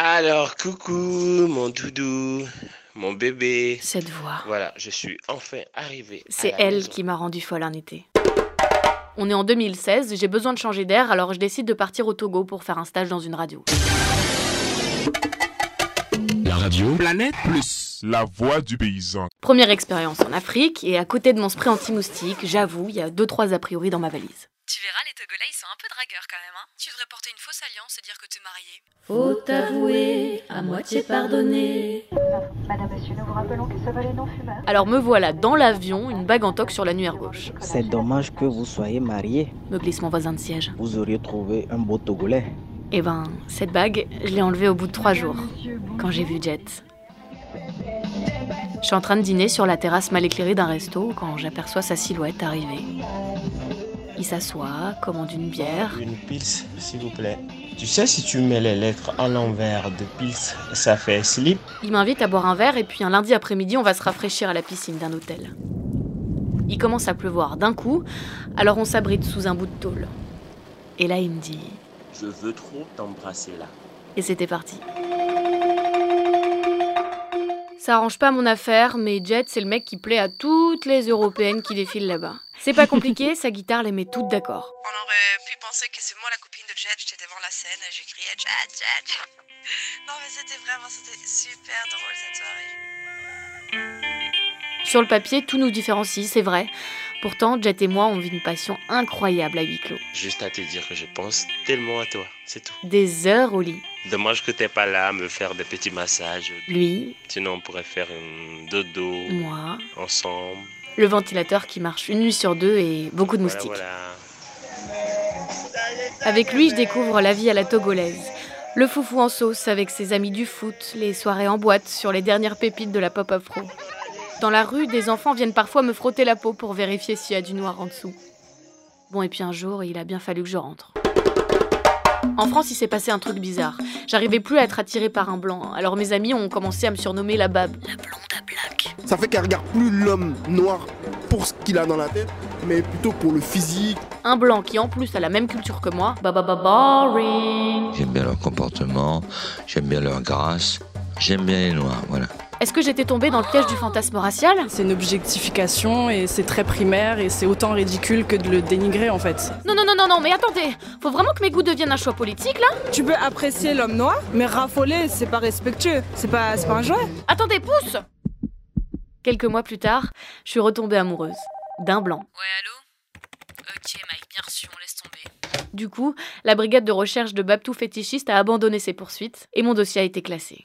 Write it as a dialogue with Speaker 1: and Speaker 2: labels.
Speaker 1: Alors, coucou, mon doudou, mon bébé.
Speaker 2: Cette voix,
Speaker 1: Voilà, je suis enfin arrivé. à
Speaker 2: c'est
Speaker 1: la
Speaker 2: elle
Speaker 1: maison.
Speaker 2: qui m'a rendu folle un été. On est en 2016, j'ai besoin de changer d'air, alors je décide de partir au Togo pour faire un stage dans une radio.
Speaker 3: La radio.
Speaker 4: Planète Plus, la voix du paysan.
Speaker 2: Première expérience en Afrique, et à côté de mon spray anti-moustique, j'avoue, il y a deux trois a priori dans ma valise.
Speaker 5: Tu verras, les Togolais, ils sont un peu dragueurs quand même. Hein tu devrais porter une fausse alliance et dire que t'es marié.
Speaker 6: Faut avouer, à moitié pardonné.
Speaker 7: Madame, monsieur, nous vous rappelons que ce vol est non fumeur.
Speaker 2: Alors me voilà dans l'avion, une bague en toque sur l'annuaire gauche.
Speaker 8: C'est dommage que vous soyez marié.
Speaker 2: Me glisse mon voisin de siège.
Speaker 8: Vous auriez trouvé un beau Togolais.
Speaker 2: Eh ben, cette bague, je l'ai enlevée au bout de trois jours, quand j'ai vu Jet. Je suis en train de dîner sur la terrasse mal éclairée d'un resto quand j'aperçois sa silhouette arriver. Il s'assoit, commande une bière.
Speaker 1: Une pils, s'il vous plaît. Tu sais, si tu mets les lettres à l'envers de pils, ça fait slip.
Speaker 2: Il m'invite à boire un verre et puis un lundi après-midi, on va se rafraîchir à la piscine d'un hôtel. Il commence à pleuvoir d'un coup, alors on s'abrite sous un bout de tôle. Et là, il me dit
Speaker 1: Je veux trop t'embrasser là.
Speaker 2: Et c'était parti. Ça arrange pas mon affaire, mais Jet, c'est le mec qui plaît à toutes les Européennes qui défilent là-bas. C'est pas compliqué, sa guitare les met toutes d'accord.
Speaker 5: On aurait pu penser que c'est moi la copine de Jet. J'étais devant la scène et j'ai crié Jet, Jet. Non, mais c'était vraiment, c'était super drôle cette soirée.
Speaker 2: Sur le papier, tout nous différencie, c'est vrai. Pourtant, Jet et moi, on vit une passion incroyable à huis clos.
Speaker 1: Juste à te dire que je pense tellement à toi, c'est tout.
Speaker 2: Des heures au lit.
Speaker 1: Dommage que t'es pas là à me faire des petits massages.
Speaker 2: Lui,
Speaker 1: Sinon, on pourrait faire un dodo
Speaker 2: moi,
Speaker 1: ensemble.
Speaker 2: le ventilateur qui marche une nuit sur deux et beaucoup de moustiques.
Speaker 1: Voilà,
Speaker 2: Avec lui, je découvre la vie à la togolaise. Le foufou en sauce avec ses amis du foot, les soirées en boîte sur les dernières pépites de la pop afro. Dans la rue, des enfants viennent parfois me frotter la peau pour vérifier s'il y a du noir en dessous. Bon, et puis un jour, il a bien fallu que je rentre. En France, il s'est passé un truc bizarre. J'arrivais plus à être attirée par un blanc, alors mes amis ont commencé à me surnommer la Bab.
Speaker 4: Ça fait qu'elle regarde plus l'homme noir pour ce qu'il a dans la tête, mais plutôt pour le physique.
Speaker 2: Un blanc qui, en plus, a la même culture que moi. Bah bah bah boring.
Speaker 9: J'aime bien leur comportement, j'aime bien leur grâce, j'aime bien les noirs, voilà.
Speaker 2: Est-ce que j'étais tombée dans le piège du fantasme racial
Speaker 10: C'est une objectification et c'est très primaire et c'est autant ridicule que de le dénigrer en fait.
Speaker 2: Non, non, non, non, non, mais attendez Faut vraiment que mes goûts deviennent un choix politique, là
Speaker 10: Tu peux apprécier l'homme noir, mais raffoler, c'est pas respectueux, c'est pas, c'est pas un jouet.
Speaker 2: Attendez, pousse Quelques mois plus tard, je suis retombée amoureuse. D'un blanc.
Speaker 5: Ouais, allô Euh, Ok, Mike, bien reçu, on laisse tomber.
Speaker 2: Du coup, la brigade de recherche de Babtou fétichiste a abandonné ses poursuites et mon dossier a été classé.